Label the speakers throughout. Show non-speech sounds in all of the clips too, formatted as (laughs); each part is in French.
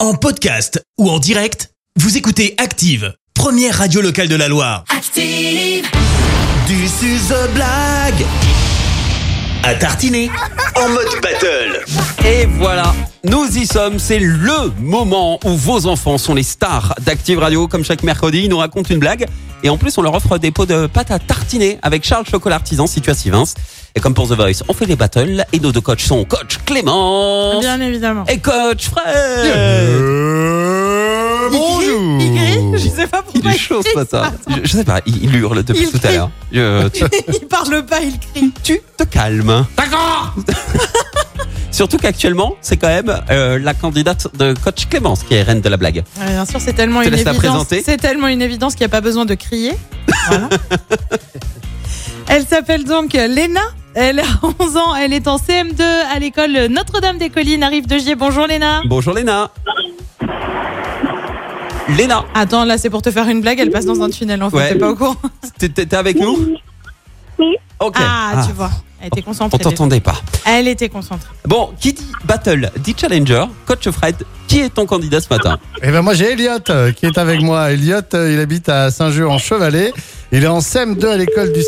Speaker 1: En podcast ou en direct, vous écoutez Active, première radio locale de la Loire.
Speaker 2: Active,
Speaker 1: Du suze blague à tartiner en mode battle.
Speaker 3: Et voilà, nous y sommes. C'est le moment où vos enfants sont les stars d'Active Radio. Comme chaque mercredi, ils nous racontent une blague. Et en plus, on leur offre des pots de pâte à tartiner avec Charles Chocolat Artisan, situé à Sivins. Et comme pour The Voice, on fait des battles. Et nos deux coachs sont coach Clément
Speaker 4: Bien évidemment.
Speaker 3: et coach Fred.
Speaker 4: Bonjour. Je sais pas
Speaker 3: Il
Speaker 4: pourquoi
Speaker 3: est chaud ce matin. Je, je sais pas, il, il hurle depuis
Speaker 4: Il
Speaker 3: tout à l'heure. Je- tu,
Speaker 4: (laughs) il parle pas, il crie.
Speaker 3: tu te calmes. D'accord (laughs) Surtout qu'actuellement, c'est quand même euh, la candidate de coach Clémence qui est reine de la blague.
Speaker 4: Ouais, Ah, bien sûr, c'est tellement
Speaker 3: Je te
Speaker 4: une
Speaker 3: laisse la
Speaker 4: évidence.
Speaker 3: présenter.
Speaker 4: C'est tellement une évidence qu'il n'y a pas besoin de crier.
Speaker 3: (laughs)
Speaker 4: Voilà. Elle s'appelle donc Léna. Elle a 11 ans, elle est en CM2 à l'école Notre-Dame-des-Collines, arrive de Gier. Bonjour Léna.
Speaker 3: Bonjour Léna. Léna,
Speaker 4: Attends, là c'est pour te faire une blague, elle passe dans un tunnel en fait,
Speaker 3: Ouais.
Speaker 4: t'es pas au courant.
Speaker 3: t'es- t'es t'es avec nous
Speaker 5: Oui.
Speaker 3: Ok.
Speaker 4: Ah,
Speaker 3: Ah,
Speaker 4: tu vois, elle était
Speaker 3: On
Speaker 4: concentrée.
Speaker 3: t'entendait pas.
Speaker 4: Elle était concentrée.
Speaker 3: Bon, qui dit battle, dit challenger, coach Fred, qui est ton candidat ce matin
Speaker 4: Ah,
Speaker 6: Eh ben moi j'ai Elliot euh, qui est avec moi. Elliot, euh, il habite à Saint-Jean-en-Chevalet. Il est en CM2 à l'école du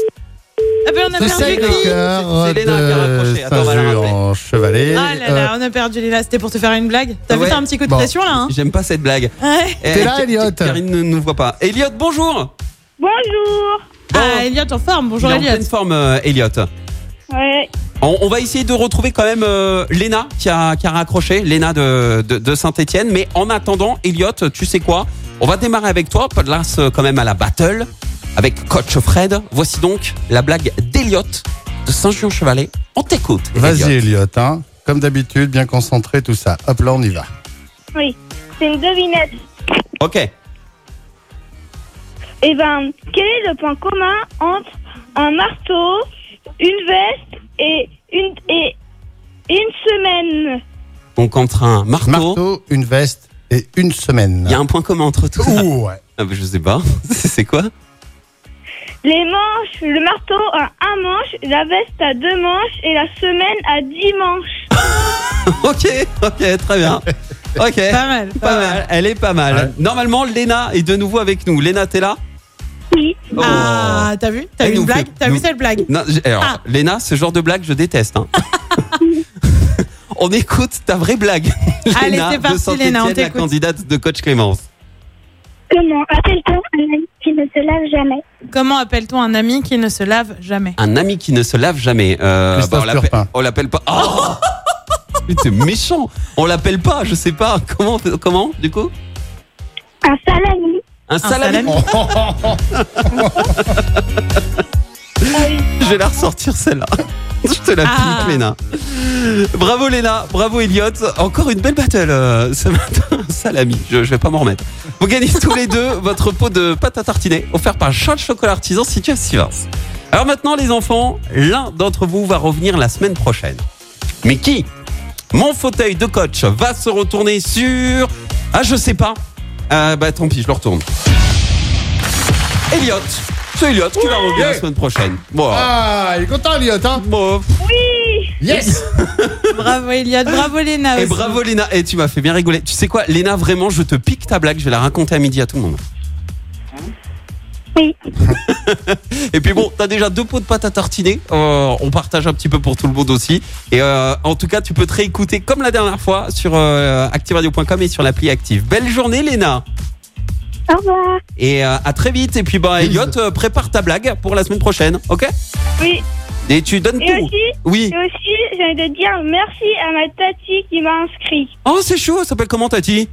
Speaker 4: Ah ben on a
Speaker 6: de
Speaker 4: perdu
Speaker 3: Seigle.
Speaker 4: qui
Speaker 6: Sacré-Cœur
Speaker 3: C'est Léna qui a
Speaker 6: de
Speaker 3: raccroché. Attends, on va la rappeler.
Speaker 6: Saint-Jean-en-Chevalet.
Speaker 4: Ah là
Speaker 6: Euh,
Speaker 4: là, on a perdu Léna, c'était pour te faire une blague. T'as
Speaker 3: Ouais.
Speaker 4: vu, t'as un petit coup de
Speaker 6: Bon.
Speaker 4: pression là hein
Speaker 3: J'aime pas cette blague.
Speaker 4: Ouais.
Speaker 3: T'es
Speaker 6: là, Elliot
Speaker 3: Karine ne nous voit pas. Elliot, bonjour
Speaker 5: Bonjour.
Speaker 3: Bon.
Speaker 4: Ah, Elliot en forme. Bonjour
Speaker 3: Il est en
Speaker 4: Elliot.
Speaker 3: pleine forme, euh, Elliot.
Speaker 5: Ouais.
Speaker 3: On, on va essayer de retrouver quand même euh, Léna qui a, qui a raccroché, Léna de, de, Saint-Etienne. Mais en attendant, Elliot, tu sais quoi On va démarrer avec toi, place euh, quand même à la battle avec Coach Fred. Voici donc la blague d'Elliot de Saint-Jean-Chevalet. On t'écoute.
Speaker 6: Euh, Vas-y
Speaker 3: Elliot.
Speaker 6: Elliot, hein. comme d'habitude, bien concentré, tout ça. Hop là, on y va.
Speaker 5: Oui. C'est une devinette.
Speaker 3: Ok.
Speaker 5: Eh ben, quel est le point commun entre un marteau, une veste et une et une semaine
Speaker 3: Donc entre un marteau,
Speaker 6: Marteau, une veste et une semaine.
Speaker 3: il y a un point commun entre tout ça.
Speaker 6: Ouh, ouais.
Speaker 3: Ah, bah, Je sais pas. (laughs) C'est quoi
Speaker 5: Les manches. Le marteau a un manche, la veste a deux manches et la semaine a dix manches.
Speaker 3: Ok, ok, très bien. Ok.
Speaker 4: Pas mal. Pas,
Speaker 3: Pas
Speaker 4: mal.
Speaker 3: mal, Euh, elle est pas mal. Normalement, Léna est de nouveau avec nous. Léna, t'es là
Speaker 5: Oui.
Speaker 3: Oh.
Speaker 4: Ah, t'as vu T'as
Speaker 3: Elle
Speaker 4: vu
Speaker 3: nous
Speaker 4: une blague
Speaker 3: fait-
Speaker 4: T'as vu
Speaker 3: nous-
Speaker 4: cette blague
Speaker 3: Non, j'ai- alors,
Speaker 4: Ah.
Speaker 3: Léna, ce genre de blague, je déteste.
Speaker 4: (laughs)
Speaker 3: hein. on écoute ta vraie blague.
Speaker 4: Allez,
Speaker 3: Léna
Speaker 4: c'est
Speaker 3: de
Speaker 4: parti,
Speaker 3: Saint-Étienne,
Speaker 4: Léna, on
Speaker 3: la
Speaker 4: t'écoute.
Speaker 3: candidate de coach Clémence.
Speaker 5: Comment appelle-t-on un ami qui ne se lave jamais
Speaker 4: Comment appelle-t-on un ami qui ne se lave jamais
Speaker 3: Un ami qui ne se lave jamais. Euh,
Speaker 6: Christophe
Speaker 3: on l'appelle-
Speaker 6: Turpin.
Speaker 3: on l'appelle pas. Oh (laughs) Mais T'es méchant. On l'appelle pas, je sais pas. Comment, comment du coup
Speaker 5: Un salami.
Speaker 3: Un, salami.
Speaker 4: salami.
Speaker 3: (laughs) Je vais la ressortir celle-là. (laughs) Je te la pique,
Speaker 4: Ah.
Speaker 3: Léna. Bravo, Léna. Bravo, Elliot. Encore une belle battle euh, ce matin. (laughs) Salami, je, je vais pas m'en remettre. Vous gagnez tous les deux (laughs) votre pot de pâte à tartiner offert par Charles Chocolat Artisan situé à Sivins. Alors maintenant, les enfants, l'un d'entre vous va revenir la semaine prochaine. Mais qui Mon fauteuil de coach va se retourner sur. Ah, je sais pas. Euh, bah tant pis, je le retourne. Elliot. C'est Elliot qui va revenir la semaine prochaine. Bon.
Speaker 6: Ah, il est content Elliot, hein
Speaker 3: Bon.
Speaker 6: Yes
Speaker 4: Bravo Elliot, bravo Léna
Speaker 3: Et
Speaker 4: aussi.
Speaker 3: bravo Léna, et tu m'as fait bien rigoler. Tu sais quoi, Léna, vraiment, je te pique ta blague, je vais la raconter à midi à tout le monde.
Speaker 5: Oui.
Speaker 3: (laughs) Et puis bon, t'as déjà deux pots de pâte à tartiner, Euh, on partage un petit peu pour tout le monde aussi. Et euh, en tout cas, tu peux te réécouter comme la dernière fois sur euh, activeradio.com et sur l'appli Active. Belle journée Léna,
Speaker 5: Au revoir.
Speaker 3: et euh, à très vite. Et puis bah Elliot, euh, prépare ta blague pour la semaine prochaine, ok
Speaker 5: Oui.
Speaker 3: Et tu donnes
Speaker 5: Et
Speaker 3: tout.
Speaker 5: aussi,
Speaker 3: Oui.
Speaker 5: et aussi, j'ai envie de dire merci à ma tati qui m'a inscrit.
Speaker 3: Oh c'est chaud, ça s'appelle comment Tati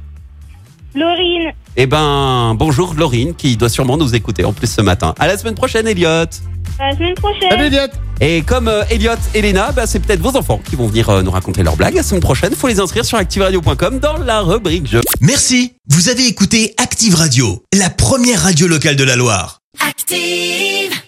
Speaker 5: Laurine.
Speaker 3: Eh ben bonjour Laurine qui doit sûrement nous écouter en plus ce matin. À la semaine prochaine Elliot.
Speaker 5: À la semaine prochaine.
Speaker 6: Salut Elliot
Speaker 3: Et comme euh, Elliot et Léna, bah, c'est peut-être vos enfants qui vont venir euh, nous raconter leurs blagues la semaine prochaine. Faut les inscrire sur activeradio.com dans la rubrique jeu.
Speaker 1: Merci, vous avez écouté Active Radio, la première radio locale de la Loire.
Speaker 2: active.